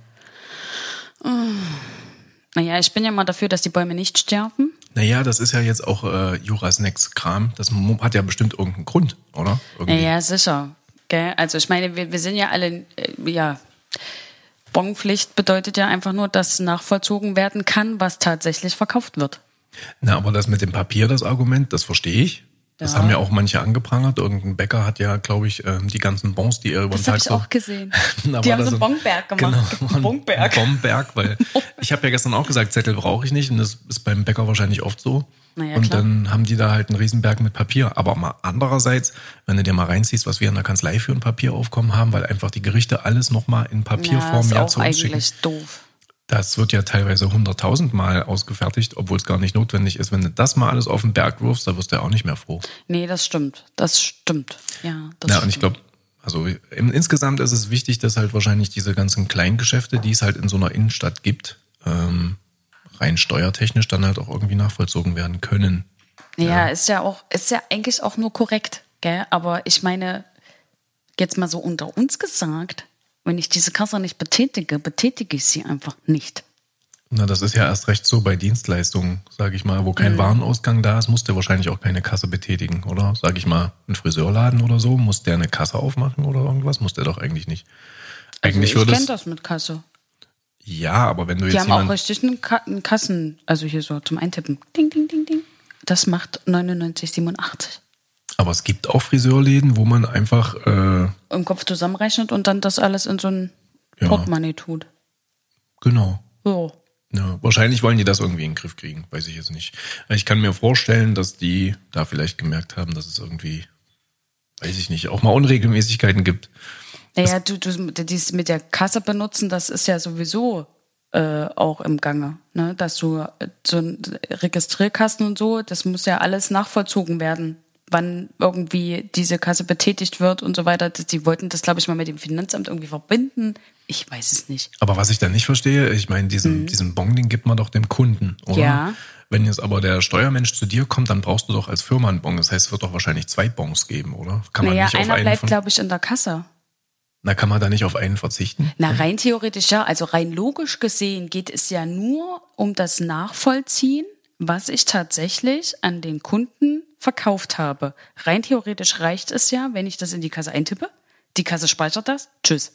B: Naja, ich bin ja mal dafür, dass die Bäume nicht sterben.
A: Naja, das ist ja jetzt auch äh, Juras Next Kram. Das mu- hat ja bestimmt irgendeinen Grund, oder? Irgendwie.
B: Naja, sicher. Gell? Also ich meine, wir, wir sind ja alle, äh, ja, Bonpflicht bedeutet ja einfach nur, dass nachvollzogen werden kann, was tatsächlich verkauft wird.
A: Na, aber das mit dem Papier, das Argument, das verstehe ich. Das
B: Ja.
A: haben ja auch manche angeprangert. Irgendein Bäcker hat ja, glaube ich, ähm, die ganzen Bons, die er über den
B: Das habe
A: Tag
B: ich
A: halt so-
B: auch gesehen.
A: Na,
B: Die
A: war
B: haben
A: das
B: so einen
A: ein-
B: Bonberg gemacht.
A: Genau, ein
B: Bonberg.
A: Bonberg, weil ich habe ja gestern auch gesagt, Zettel brauche ich nicht. Und das ist beim Bäcker wahrscheinlich oft so.
B: Naja,
A: und
B: klar.
A: dann haben die da halt einen Riesenberg mit Papier. Aber mal andererseits, wenn du dir mal reinziehst, was wir in der Kanzlei für ein Papieraufkommen haben, weil einfach die Gerichte alles nochmal in
B: Ja,
A: Papierform
B: ist
A: ja,
B: auch
A: zu uns schicken.
B: eigentlich doof.
A: Das wird ja teilweise hunderttausendmal ausgefertigt, obwohl es gar nicht notwendig ist. Wenn du das mal alles auf den Berg wirfst, da wirst du ja auch nicht mehr froh.
B: Nee, das stimmt. Das stimmt. Ja, das
A: Ja, und
B: stimmt.
A: ich glaube, also im, insgesamt ist es wichtig, dass halt wahrscheinlich diese ganzen Kleingeschäfte, die es halt in so einer Innenstadt gibt, ähm, rein steuertechnisch dann halt auch irgendwie nachvollzogen werden können.
B: Ja, ist ja auch, ist ja eigentlich auch nur korrekt, gell? Aber ich meine, jetzt mal so unter uns gesagt, wenn ich diese Kasse nicht betätige, betätige ich sie einfach nicht.
A: Na, das ist ja erst recht so bei Dienstleistungen, sage ich mal, wo
B: Mhm.
A: kein Warenausgang da ist, muss der wahrscheinlich auch keine Kasse betätigen, oder? Sage ich mal, ein Friseurladen oder so, muss der eine Kasse aufmachen oder irgendwas? Muss der doch eigentlich nicht. Eigentlich
B: also ich
A: würde
B: kenne
A: es
B: das mit Kasse.
A: Ja, aber wenn du
B: Die
A: jetzt
B: haben auch
A: jemand,
B: richtig einen, Ka einen Kassen, also hier so zum Eintippen. Ding, ding, ding, ding. Das macht 99,87.
A: aber es gibt auch Friseurläden, wo man einfach äh,
B: Im Kopf zusammenrechnet und dann das alles in so ein
A: Ja.
B: Portemonnaie tut.
A: genau.
B: So.
A: Ja, wahrscheinlich wollen die das irgendwie in den Griff kriegen, weiß ich jetzt nicht. Ich kann mir vorstellen, dass die da vielleicht gemerkt haben, dass es irgendwie, weiß ich nicht, auch mal Unregelmäßigkeiten gibt.
B: Naja, du, du, dieses mit der Kasse benutzen, das ist ja sowieso äh, auch im Gange. Ne? Dass du äh, so ein Registrierkasten und so, das muss ja alles nachvollzogen werden, wann irgendwie diese Kasse betätigt wird und so weiter. Das- Die wollten das, glaube ich, mal mit dem Finanzamt irgendwie verbinden. Ich weiß es nicht.
A: Aber was ich dann nicht verstehe, ich meine, diesen, diesen Bon, den gibt man doch dem Kunden, oder?
B: Mhm. Ja.
A: Wenn jetzt aber der Steuermensch zu dir kommt, dann brauchst du doch als Firma einen Bon. Das heißt, es wird doch wahrscheinlich zwei Bons geben, oder? Kann man
B: Naja,
A: nicht auf
B: einer
A: einen
B: bleibt,
A: von,
B: glaube ich, in der Kasse.
A: Na, kann man da nicht auf einen verzichten?
B: Na, rein theoretisch ja. Also rein logisch gesehen geht es ja nur um das Nachvollziehen, was ich tatsächlich an den Kunden verkauft habe. Rein theoretisch reicht es ja, wenn ich das in die Kasse eintippe. Die Kasse speichert das. Tschüss.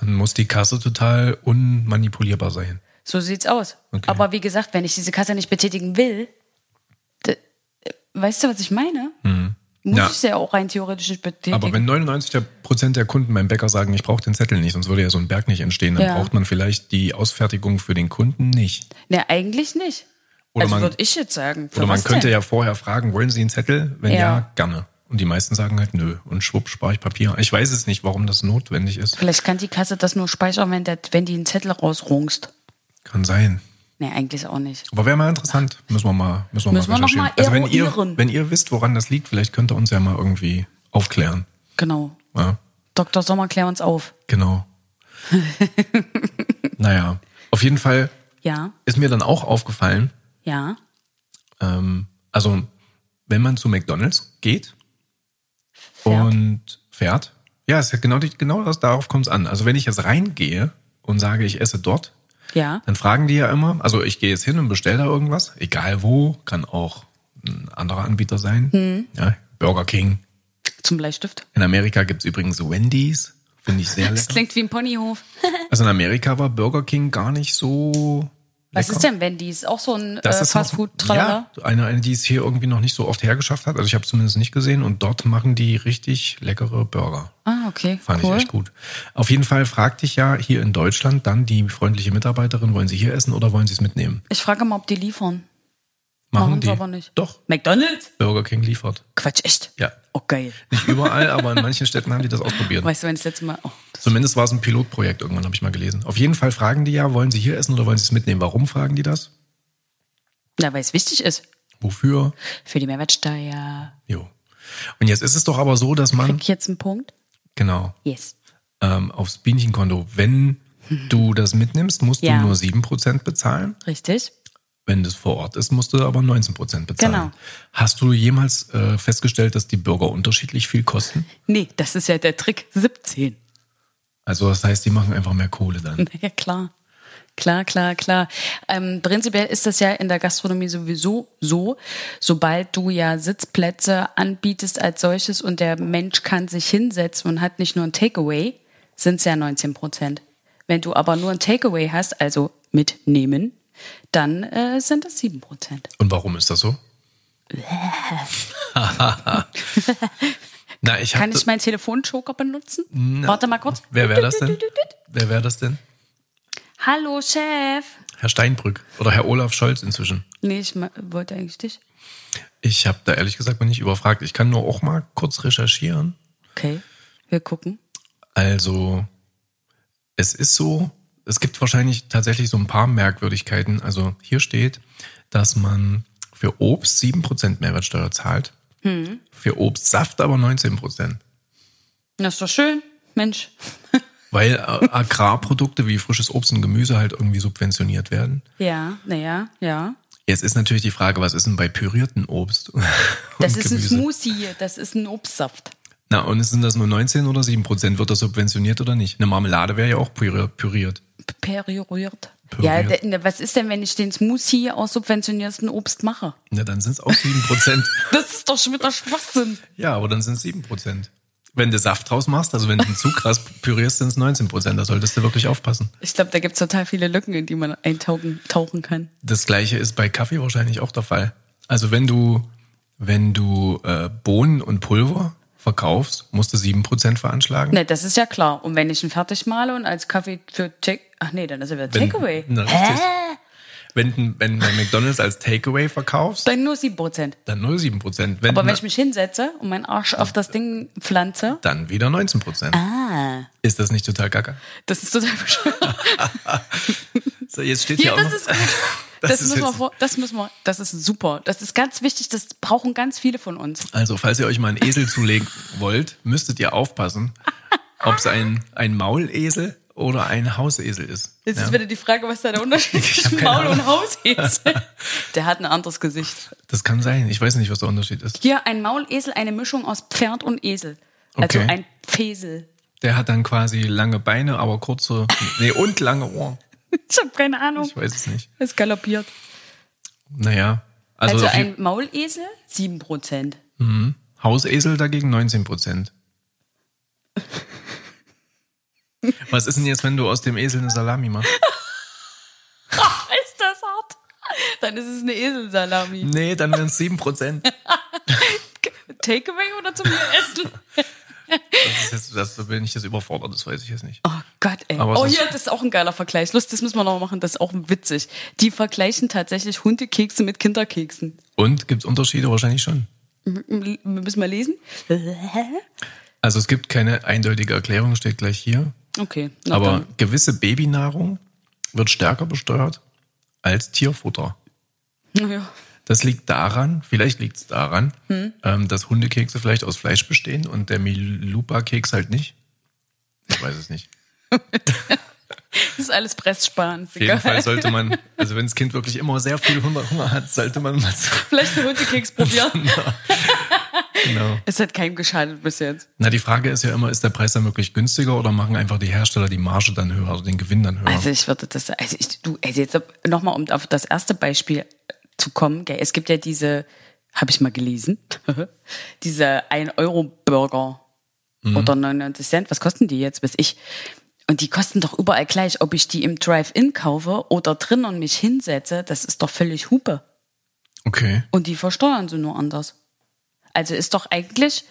A: Dann muss die Kasse total unmanipulierbar sein.
B: So sieht's aus.
A: Okay.
B: Aber wie gesagt, wenn ich diese Kasse nicht betätigen will, d- äh, weißt du, was ich meine? Muss
A: Hm. Ja.
B: ich sie ja auch rein theoretisch nicht betätigen.
A: Aber wenn 99% der Kunden beim Bäcker sagen, ich brauche den Zettel nicht, sonst würde ja so ein Berg nicht entstehen, dann
B: Ja.
A: braucht man vielleicht die Ausfertigung für den Kunden nicht.
B: Na, eigentlich nicht.
A: Oder
B: also
A: man-
B: würde ich jetzt sagen. Für
A: Oder man
B: was
A: könnte
B: denn?
A: ja vorher fragen, wollen Sie einen Zettel? Wenn ja.
B: Ja.
A: gerne. Und die meisten sagen halt nö. Und schwupp, spare ich Papier. Ich weiß es nicht, warum das notwendig ist.
B: Vielleicht kann die Kasse das nur speichern, wenn, der, wenn die einen Zettel rausrungst.
A: Kann sein.
B: Nee, eigentlich auch nicht.
A: Aber wäre mal interessant. Müssen wir mal, müssen wir
B: Müssen
A: mal
B: wir noch
A: recherchieren.
B: mal
A: also wenn ihr,
B: eruieren.
A: wenn ihr wisst, woran das liegt, vielleicht könnt ihr uns ja mal irgendwie aufklären.
B: Genau.
A: Ja,
B: Dr. Sommer, klär uns auf.
A: genau. naja, auf jeden Fall
B: Ja,
A: ist mir dann auch aufgefallen,
B: ja.
A: Ähm, also, wenn man zu McDonalds geht
B: Fährt.
A: und fährt, ja, es ist ja genau, die, genau das, darauf kommt es an. Also, wenn ich jetzt reingehe und sage, ich esse dort,
B: Ja.
A: dann fragen die ja immer, also ich gehe jetzt hin und bestelle da irgendwas, egal wo, kann auch ein anderer Anbieter sein.
B: Hm.
A: Ja, Burger King.
B: Zum Bleistift.
A: In Amerika gibt es übrigens Wendy's, finde ich sehr
B: Das
A: lecker.
B: klingt wie ein Ponyhof.
A: Also in Amerika war Burger King gar nicht so.
B: Was
A: lecker.
B: ist denn Wendy's? Auch so ein äh,
A: Das ist noch-
B: fastfood trailer
A: Ja, eine, eine, die es hier irgendwie noch nicht so oft hergeschafft hat. Also ich habe es zumindest nicht gesehen. Und dort machen die richtig leckere Burger.
B: Ah, okay.
A: Fand
B: cool.
A: ich echt gut. Auf jeden Fall fragte ich ja hier in Deutschland dann die freundliche Mitarbeiterin, wollen Sie hier essen oder wollen Sie es mitnehmen?
B: Ich frage mal, ob die liefern.
A: Machen,
B: Machen sie
A: die.
B: aber nicht.
A: Doch,
B: McDonalds?
A: Burger King liefert.
B: Quatsch, echt?
A: Ja.
B: Oh, geil.
A: Nicht überall, aber in manchen Städten haben die das ausprobiert.
B: Weißt du, wenn ich das letzte Mal. Oh, das
A: Zumindest war es ein Pilotprojekt, irgendwann habe ich mal gelesen. Auf jeden Fall fragen die ja, wollen Sie hier essen oder wollen Sie es mitnehmen? Warum fragen die das?
B: na, weil es wichtig ist.
A: Wofür?
B: Für die Mehrwertsteuer.
A: Jo. Und jetzt ist es doch aber so, dass man,
B: Krieg ich jetzt einen Punkt?
A: genau,
B: Yes.
A: ähm, aufs Bienchenkonto. Wenn du das mitnimmst, musst
B: Mhm. Ja.
A: du nur 7% bezahlen.
B: Richtig.
A: Wenn das vor Ort ist, musst du aber 19% bezahlen.
B: Genau.
A: Hast du jemals äh, festgestellt, dass die Burger unterschiedlich viel kosten?
B: Nee, das ist ja der Trick 17.
A: Also das heißt, die machen einfach mehr Kohle dann.
B: Ja, klar. Klar, klar, klar. Ähm, prinzipiell ist das ja in der Gastronomie sowieso so, sobald du ja Sitzplätze anbietest als solches und der Mensch kann sich hinsetzen und hat nicht nur ein Takeaway, sind es ja 19 Prozent. Wenn du aber nur ein Takeaway hast, also mitnehmen, dann äh, sind es 7 Prozent.
A: Und warum ist das so? Na, ich
B: Kann
A: hab,
B: ich meinen Telefonschoker benutzen? Warte mal kurz.
A: wer wäre das denn? Wer wäre das denn?
B: Hallo, Chef.
A: Herr Steinbrück oder Herr Olaf Scholz inzwischen.
B: Nee, ich me- wollte eigentlich dich.
A: Ich habe da ehrlich gesagt mal nicht überfragt. Ich kann nur auch mal kurz recherchieren.
B: Okay, wir gucken.
A: Also, es ist so, es gibt wahrscheinlich tatsächlich so ein paar Merkwürdigkeiten. Also, hier steht, dass man für Obst 7% Mehrwertsteuer zahlt,
B: Hm.
A: für Obstsaft aber 19%.
B: Das ist doch schön, Mensch.
A: Weil äh, Agrarprodukte wie frisches Obst und Gemüse halt irgendwie subventioniert werden.
B: Ja, naja, ja.
A: Jetzt ist natürlich die Frage, was ist denn bei pürierten Obst? und
B: Das ist ein
A: Gemüse?
B: Smoothie, das ist ein Obstsaft.
A: Na, und sind das nur 19 oder 7%? Wird das subventioniert oder nicht? Eine Marmelade wäre ja auch püri- püriert.
B: Perioriert.
A: Püriert.
B: Ja, d- ne, was ist denn, wenn ich den Smoothie aus subventioniertem Obst mache?
A: Na, dann sind es auch 7%.
B: Das ist doch schon wieder Schwachsinn.
A: Ja, aber dann sind es 7%. Wenn du Saft draus machst, also wenn du einen Zuckerras pürierst, sind es 19%. Da solltest du wirklich aufpassen.
B: Ich glaube, da gibt es total viele Lücken, in die man eintauchen tauchen kann.
A: Das gleiche ist bei Kaffee wahrscheinlich auch der Fall. Also wenn du, wenn du äh, Bohnen und Pulver verkaufst, musst du 7% veranschlagen.
B: Ne, das ist ja klar. Und wenn ich ihn fertig male und als Kaffee für Take... Ach nee, dann ist er wieder
A: Wenn-
B: Takeaway.
A: Na, richtig. Wenn, wenn du McDonalds als Takeaway verkaufst,
B: Dann nur 7%.
A: dann 0,7 Prozent. Wenn,
B: Aber wenn
A: du-
B: ich mich hinsetze und meinen Arsch auf das Ding pflanze,
A: dann wieder 19 Prozent.
B: ah,
A: Ist das nicht total kacke?
B: das ist total bescheuert.
A: So, jetzt steht
B: Ja,
A: hier auch
B: das
A: noch-
B: ist gut.
A: Das
B: Das,
A: ist
B: müssen wir
A: jetzt-
B: vor, das müssen wir, das ist super. Das ist ganz wichtig, das brauchen ganz viele von uns.
A: Also, falls ihr euch mal einen Esel zulegen wollt, müsstet ihr aufpassen, ob es ein, ein Maulesel oder ein Hausesel ist.
B: Jetzt
A: Ja?
B: ist wieder die Frage, was da der Unterschied
A: hab
B: zwischen
A: keine
B: Maul und
A: Ahnung.
B: Hausesel? Der hat ein anderes Gesicht.
A: Das kann sein. Ich weiß nicht, was der Unterschied ist.
B: Hier ein Maulesel, eine Mischung aus Pferd und Esel. Also
A: Okay.
B: ein Fesel.
A: Der hat dann quasi lange Beine, aber kurze, nee, und lange Ohren.
B: Ich habe keine Ahnung.
A: Ich weiß es nicht.
B: Es galoppiert.
A: Naja. Also,
B: Also
A: auf je-
B: ein Maulesel, 7%.
A: Hausesel dagegen 19 Prozent. Was ist denn jetzt, wenn du aus dem Esel eine Salami machst?
B: Ach, ist das hart. Dann ist es eine Eselsalami.
A: Nee, dann wären es 7 Prozent.
B: Takeaway oder zum Essen?
A: Das ist jetzt, das, da bin ich jetzt überfordert, das weiß ich jetzt nicht.
B: Oh Gott, ey.
A: Aber es
B: oh
A: ist-
B: ja, das ist auch ein geiler Vergleich. Lust, das müssen wir noch machen, das ist auch witzig. Die vergleichen tatsächlich Hundekekse mit Kinderkeksen.
A: Und gibt es Unterschiede? Wahrscheinlich schon.
B: M- m- Müssen wir lesen?
A: Also es gibt keine eindeutige Erklärung, steht gleich hier.
B: Okay, na
A: Aber
B: dann.
A: gewisse Babynahrung wird stärker besteuert als Tierfutter.
B: Na ja.
A: Das liegt daran, vielleicht liegt es daran,
B: Hm.
A: ähm, dass Hundekekse vielleicht aus Fleisch bestehen und der Milupa-Keks halt nicht. Ich weiß es nicht.
B: Das ist alles Presssparen.
A: Auf jeden Fall sollte man, also wenn das Kind wirklich immer sehr viel Hunger Hunger hat, sollte man mal so,
B: Vielleicht einen Hundekeks probieren.
A: genau.
B: es hat keinem geschadet bis jetzt.
A: Na, die Frage ist ja immer, ist der Preis dann wirklich günstiger oder machen einfach die Hersteller die Marge dann höher, also den Gewinn dann höher?
B: Also ich würde das, also ich, du, also jetzt nochmal, um auf das erste Beispiel äh, zu kommen, gell, es gibt ja diese, habe ich mal gelesen, diese 1-Euro-Burger oder 99 Cent, was kosten die jetzt, weiß ich. Und die kosten doch überall gleich, ob ich die im Drive-In kaufe oder drin und mich hinsetze, das ist doch völlig Hupe.
A: okay.
B: Und die versteuern sie nur anders. Also ist doch eigentlich,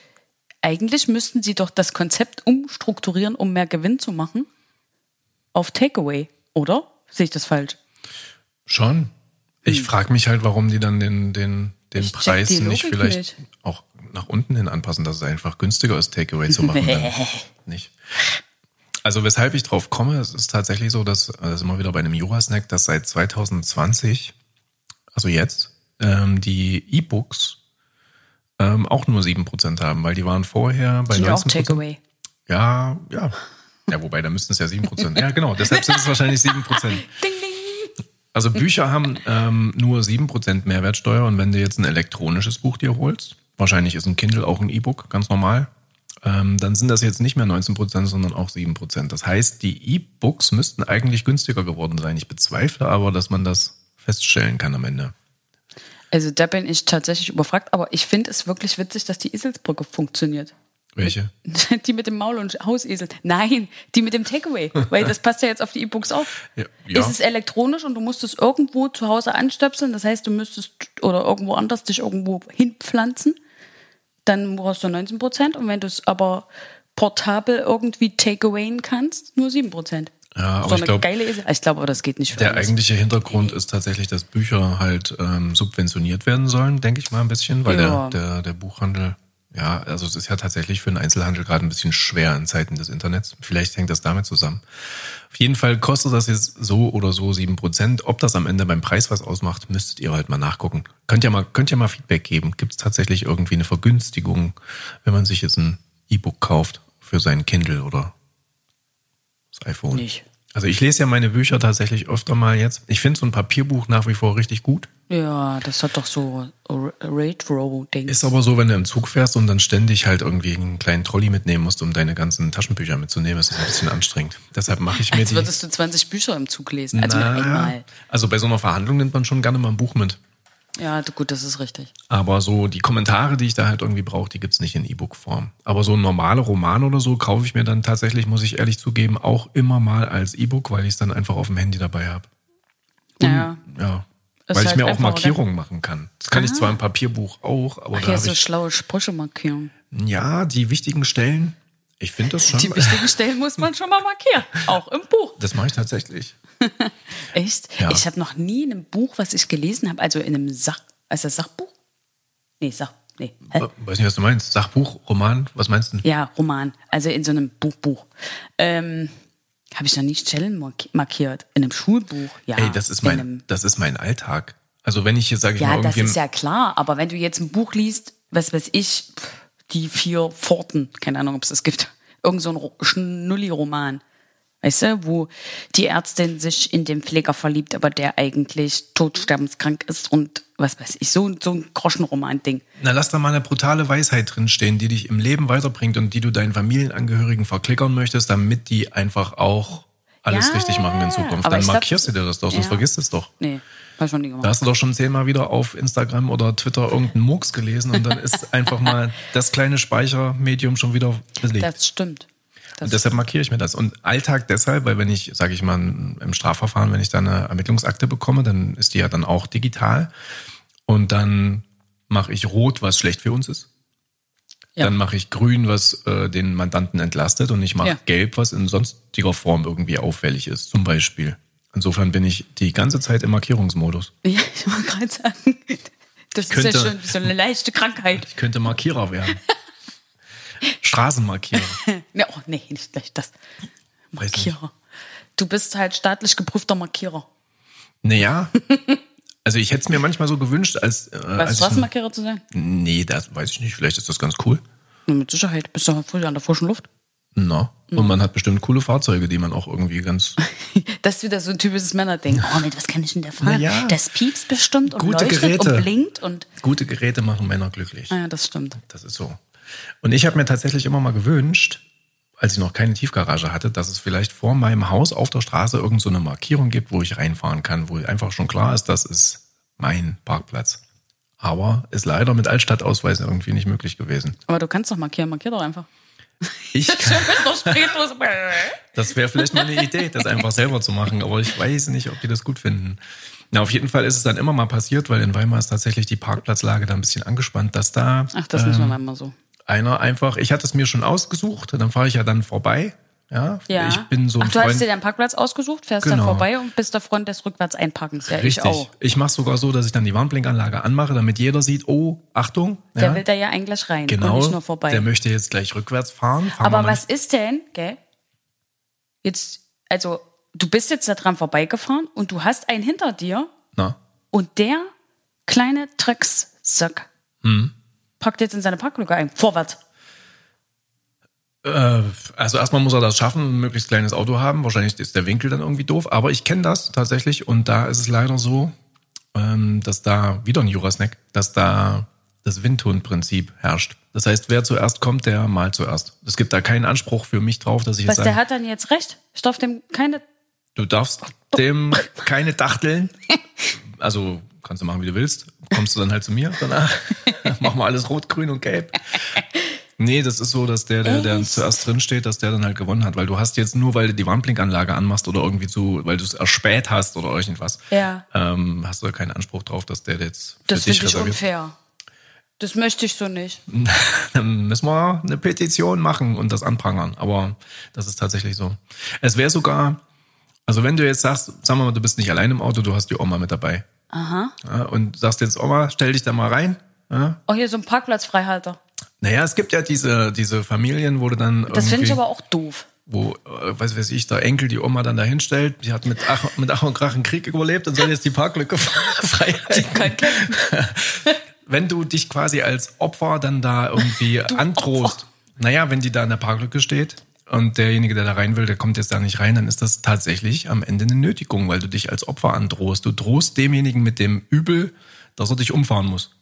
B: eigentlich müssten sie doch das Konzept umstrukturieren, um mehr Gewinn zu machen. Auf Takeaway, oder? Sehe ich das falsch?
A: Schon. Ich frage mich halt, warum die dann den, den, den
B: Hm. Ich check
A: Preis
B: die
A: nicht
B: Logik
A: vielleicht
B: nicht.
A: auch nach unten hin anpassen, dass es einfach günstiger ist, Takeaway zu machen. dann nicht. Also weshalb ich drauf komme, es ist tatsächlich so, dass, also sind wir wieder bei einem Jura-Snack, dass seit 2020, also jetzt, ähm, die E-Books ähm, auch nur 7% haben, weil die waren vorher bei
B: Sind ja auch
A: 19%.
B: Takeaway.
A: Ja, ja. Ja, wobei, da müssten es ja 7%. Ja, genau, deshalb sind es wahrscheinlich 7%.
B: Ding, ding.
A: Also Bücher haben ähm, nur 7% Mehrwertsteuer und wenn du jetzt ein elektronisches Buch dir holst, wahrscheinlich ist ein Kindle auch ein E-Book, ganz normal, ähm, dann sind das jetzt nicht mehr 19%, sondern auch 7%. Das heißt, die E-Books müssten eigentlich günstiger geworden sein. Ich bezweifle aber, dass man das feststellen kann am Ende.
B: Also da bin ich tatsächlich überfragt, aber ich finde es wirklich witzig, dass die Eselsbrücke funktioniert.
A: Welche?
B: Die mit dem Maul- und Hausesel. Nein, die mit dem Takeaway. Weil das passt ja jetzt auf die E-Books auf.
A: Ja, ja.
B: Ist es elektronisch und du musst es irgendwo zu Hause anstöpseln. Das heißt, du müsstest oder irgendwo anders dich irgendwo hinpflanzen. Dann brauchst du 19 Prozent. Und wenn du es aber portabel irgendwie takeawayen kannst, nur 7 Prozent.
A: Ja, aber
B: so
A: ich
B: eine
A: glaub-
B: geile Esel. Ich glaube, aber das geht nicht für
A: Der
B: alles.
A: eigentliche Hintergrund ist tatsächlich, dass Bücher halt ähm, subventioniert werden sollen, denke ich mal ein bisschen, weil
B: Ja.
A: der, der, der Buchhandel, ja, also es ist ja tatsächlich für den Einzelhandel gerade ein bisschen schwer in Zeiten des Internets. Vielleicht hängt das damit zusammen. Auf jeden Fall kostet das jetzt so oder so 7%. Ob das am Ende beim Preis was ausmacht, müsstet ihr halt mal nachgucken. Könnt ihr mal, könnt ihr mal Feedback geben. Gibt es tatsächlich irgendwie eine Vergünstigung, wenn man sich jetzt ein E-Book kauft für sein Kindle oder das iPhone.
B: Nicht.
A: Also ich lese ja meine Bücher tatsächlich öfter mal jetzt. Ich finde so ein Papierbuch nach wie vor richtig gut.
B: Ja, das hat doch so Railroad-Ding.
A: Ist aber so, wenn du im Zug fährst und dann ständig halt irgendwie einen kleinen Trolley mitnehmen musst, um deine ganzen Taschenbücher mitzunehmen, ist das ein bisschen anstrengend. Deshalb mache ich mir
B: Jetzt
A: die.
B: würdest du 20 Bücher im Zug lesen. Also
A: Na,
B: nur einmal.
A: also bei so einer Verhandlung nimmt man schon gerne mal ein Buch mit.
B: Ja, gut, das ist richtig.
A: Aber so die Kommentare, die ich da halt irgendwie brauche, die gibt's nicht in E-Book-Form. Aber so ein normaler Roman oder so kaufe ich mir dann tatsächlich, muss ich ehrlich zugeben, auch immer mal als E-Book, weil ich es dann einfach auf dem Handy dabei habe.
B: Ja.
A: Ja.
B: Ist
A: weil ich
B: halt
A: mir auch
B: einfacher,
A: Markierungen machen kann. Das kann ich zwar im Papierbuch auch, aber da
B: Hier
A: habe
B: so
A: ich,
B: schlaue Sprüche-Markierung.
A: ja, die wichtigen Stellen, ich finde das schon,
B: Die wichtigen Stellen muss man schon mal markieren. Auch im Buch.
A: das mache ich tatsächlich.
B: Echt?
A: Ja.
B: Ich habe noch nie in einem Buch, was ich gelesen habe, also in einem Sach, also Sachbuch? Nee, Sach, nee. Hä?
A: Äh, Weiß nicht, was du meinst. Sachbuch, Roman, was meinst du?
B: Äh. Ja, Roman, also in so einem Buchbuch. Ähm, habe ich noch nie Stellen mark- markiert. In einem Schulbuch, ja.
A: Ey, das ist
B: in einem,
A: mein, das ist mein Alltag. Also wenn ich hier sage ich mal
B: ja, das
A: irgendwie,
B: ist ja klar, aber wenn du jetzt ein Buch liest, was weiß ich, pff, die vier Pforten, keine Ahnung, ob es das gibt, irgend so ein Ro- Schnulli-Roman, weißt du, wo die Ärztin sich in den Pfleger verliebt, aber der eigentlich todsterbenskrank ist und was weiß ich, so, so ein Groschenroman-Ding.
A: na lass da mal eine brutale Weisheit drinstehen, die dich im Leben weiterbringt und die du deinen Familienangehörigen verklickern möchtest, damit die einfach auch alles
B: Ja,
A: richtig machen in Zukunft.
B: aber
A: Dann
B: ich glaub-
A: markierst du dir das doch, sonst
B: Ja.
A: vergisst es doch.
B: Nee, hab ich noch nie gemacht.
A: Da hast du doch schon zehnmal wieder auf Instagram oder Twitter irgendeinen Murks gelesen und dann ist einfach mal das kleine Speichermedium schon wieder belegt.
B: Das stimmt. Das
A: Und deshalb markiere ich mir das. Und Alltag deshalb, weil wenn ich, sage ich mal, im Strafverfahren, wenn ich da eine Ermittlungsakte bekomme, dann ist die ja dann auch digital. Und dann mache ich rot, was schlecht für uns ist.
B: Ja.
A: Dann mache ich grün, was äh, den Mandanten entlastet. Und ich mache
B: Ja.
A: gelb, was in sonstiger Form irgendwie auffällig ist, zum Beispiel. Insofern bin ich die ganze Zeit im Markierungsmodus.
B: ja, ich wollte gerade sagen, das ist
A: könnte-
B: ja schon so eine leichte Krankheit.
A: Ich könnte Markierer werden. Straßenmarkierer.
B: Ja, oh, nee, nicht gleich das.
A: Weiß nicht.
B: Markierer. Du bist halt staatlich geprüfter Markierer.
A: Naja, also ich hätte es mir manchmal so gewünscht, als. Äh,
B: Weißt
A: als
B: du, was
A: ich,
B: Markierer zu sein?
A: Nee, das weiß ich nicht. Vielleicht ist das ganz cool.
B: Na, mit Sicherheit. Bist du halt voll an der frischen Luft.
A: Na.
B: Mhm.
A: Und man hat bestimmt coole Fahrzeuge, die man auch irgendwie ganz.
B: Das ist wieder so ein typisches Männerding. Oh, mit was kann ich denn da fahren?
A: Na ja.
B: Das piepst bestimmt und
A: Gute
B: leuchtet
A: Geräte.
B: und blinkt und.
A: Gute Geräte machen Männer glücklich.
B: Ah, Ja, das stimmt.
A: Das ist so. Und ich habe mir tatsächlich immer mal gewünscht, als ich noch keine Tiefgarage hatte, dass es vielleicht vor meinem Haus auf der Straße irgendeine so eine Markierung gibt, wo ich reinfahren kann, wo einfach schon klar ist, das ist mein Parkplatz. Aber ist leider mit Altstadtausweisen irgendwie nicht möglich gewesen.
B: Aber du kannst doch markieren, markier doch einfach.
A: Ich
B: Schön mit der Spritdose.
A: Das wäre vielleicht mal eine Idee, das einfach selber zu machen, aber ich weiß nicht, ob die das gut finden. Na, auf jeden Fall ist es dann immer mal passiert, weil in Weimar ist tatsächlich die Parkplatzlage da ein bisschen angespannt, dass da
B: Ach, das
A: Ähm,
B: müssen wir mal immer so.
A: einer einfach, ich hatte es mir schon ausgesucht, dann fahre ich ja dann vorbei. Ja,
B: Ja.
A: ich bin so ein
B: Ach, du hattest dir
A: Freund.
B: deinen Parkplatz ausgesucht, fährst dann
A: Genau.
B: vorbei und bist der Freund des rückwärts Einparkens. Ja,
A: Richtig.
B: ich auch.
A: Ich mache sogar so, dass ich dann die Warnblinkanlage anmache, damit jeder sieht, oh, Achtung,
B: Der
A: ja,
B: will da ja eigentlich rein und
A: genau,
B: nicht nur vorbei.
A: der möchte jetzt gleich rückwärts fahren. fahren wir
B: Aber
A: mal
B: was ist denn, gell? Jetzt, also, du bist jetzt da dran vorbeigefahren und du hast einen hinter dir
A: nicht- Na,
B: und der kleine Dreckssack
A: Hm.
B: packt jetzt in seine Parklücke ein. Vorwärts.
A: Äh, also erstmal muss er das schaffen, ein möglichst kleines Auto haben. Wahrscheinlich ist der Winkel dann irgendwie doof, aber ich kenne das tatsächlich und da ist es leider so, ähm, dass da wieder ein Jurasnack, dass da das Windhundprinzip herrscht. Das heißt, wer zuerst kommt, der malt zuerst. Es gibt da keinen Anspruch für mich drauf, dass ich
B: Was,
A: jetzt
B: der
A: sage,
B: hat dann jetzt recht? Ich darf dem keine.
A: du darfst dem keine Dachteln. Also kannst du machen, wie du willst. Kommst du dann halt zu mir danach. Mach mal alles rot, grün und gelb. Nee, das ist so, dass der, der, der
B: Echt?
A: zuerst drin steht, dass der dann halt gewonnen hat. Weil du hast jetzt nur, weil du die Warnblinkanlage anmachst oder irgendwie zu, weil du es erspäht hast oder irgendwas,
B: Ja.
A: ähm, hast du da keinen Anspruch drauf, dass der jetzt für
B: Das
A: dich
B: finde ich
A: reserviert.
B: unfair. Das möchte ich so nicht.
A: Dann müssen wir eine Petition machen und das anprangern. Aber das ist tatsächlich so. Es wäre sogar, also wenn du jetzt sagst, sagen wir mal, du bist nicht allein im Auto, du hast die Oma mit dabei. Aha. Ja, und sagst jetzt, Oma, stell dich da mal rein. Ja.
B: Oh, hier so ein Parkplatzfreihalter.
A: Naja, es gibt ja diese, diese Familien, wo du dann irgendwie,
B: Das finde ich aber auch doof.
A: wo, äh, weiß, weiß ich, der Enkel die Oma dann da hinstellt, die hat mit Ach, mit Ach und Krach einen Krieg überlebt und soll jetzt die Parklücke freihalten.
B: Kein Kind.
A: wenn du dich quasi als Opfer dann da irgendwie antrost, naja, wenn die da in der Parklücke steht und derjenige, der da rein will, der kommt jetzt da nicht rein, dann ist das tatsächlich am Ende eine Nötigung, weil du dich als Opfer androhst. Du drohst demjenigen mit dem Übel, dass er dich umfahren muss.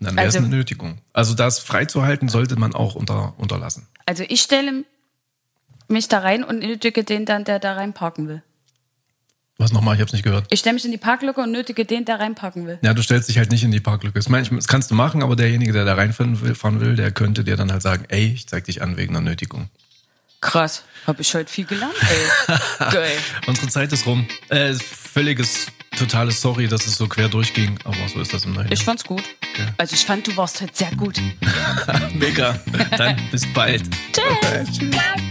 A: Und dann wäre es
B: Also-
A: eine Nötigung. Also das freizuhalten sollte man auch unter, unterlassen.
B: Also ich stelle mich da rein und nötige den dann, der da reinparken will.
A: Was nochmal? Ich habe es nicht gehört.
B: Ich stelle mich in die Parklücke und nötige den, der reinparken will.
A: Ja, du stellst dich halt nicht in die Parklücke. Das, mein, ich- das kannst du machen, aber derjenige, der da reinfahren will, fahren will, der könnte dir dann halt sagen, ey, ich zeig dich an wegen einer Nötigung.
B: Krass, habe ich heute viel gelernt, ey. Geil.
A: Unsere Zeit ist rum. Äh, völliges, totales Sorry, dass es so quer durchging, aber so ist das im Nachhinein.
B: Ich fand's gut. Also ich fand, du warst heute sehr gut.
A: Mega. Dann bis bald.
B: Tschüss.
A: Okay.
B: Tschüss.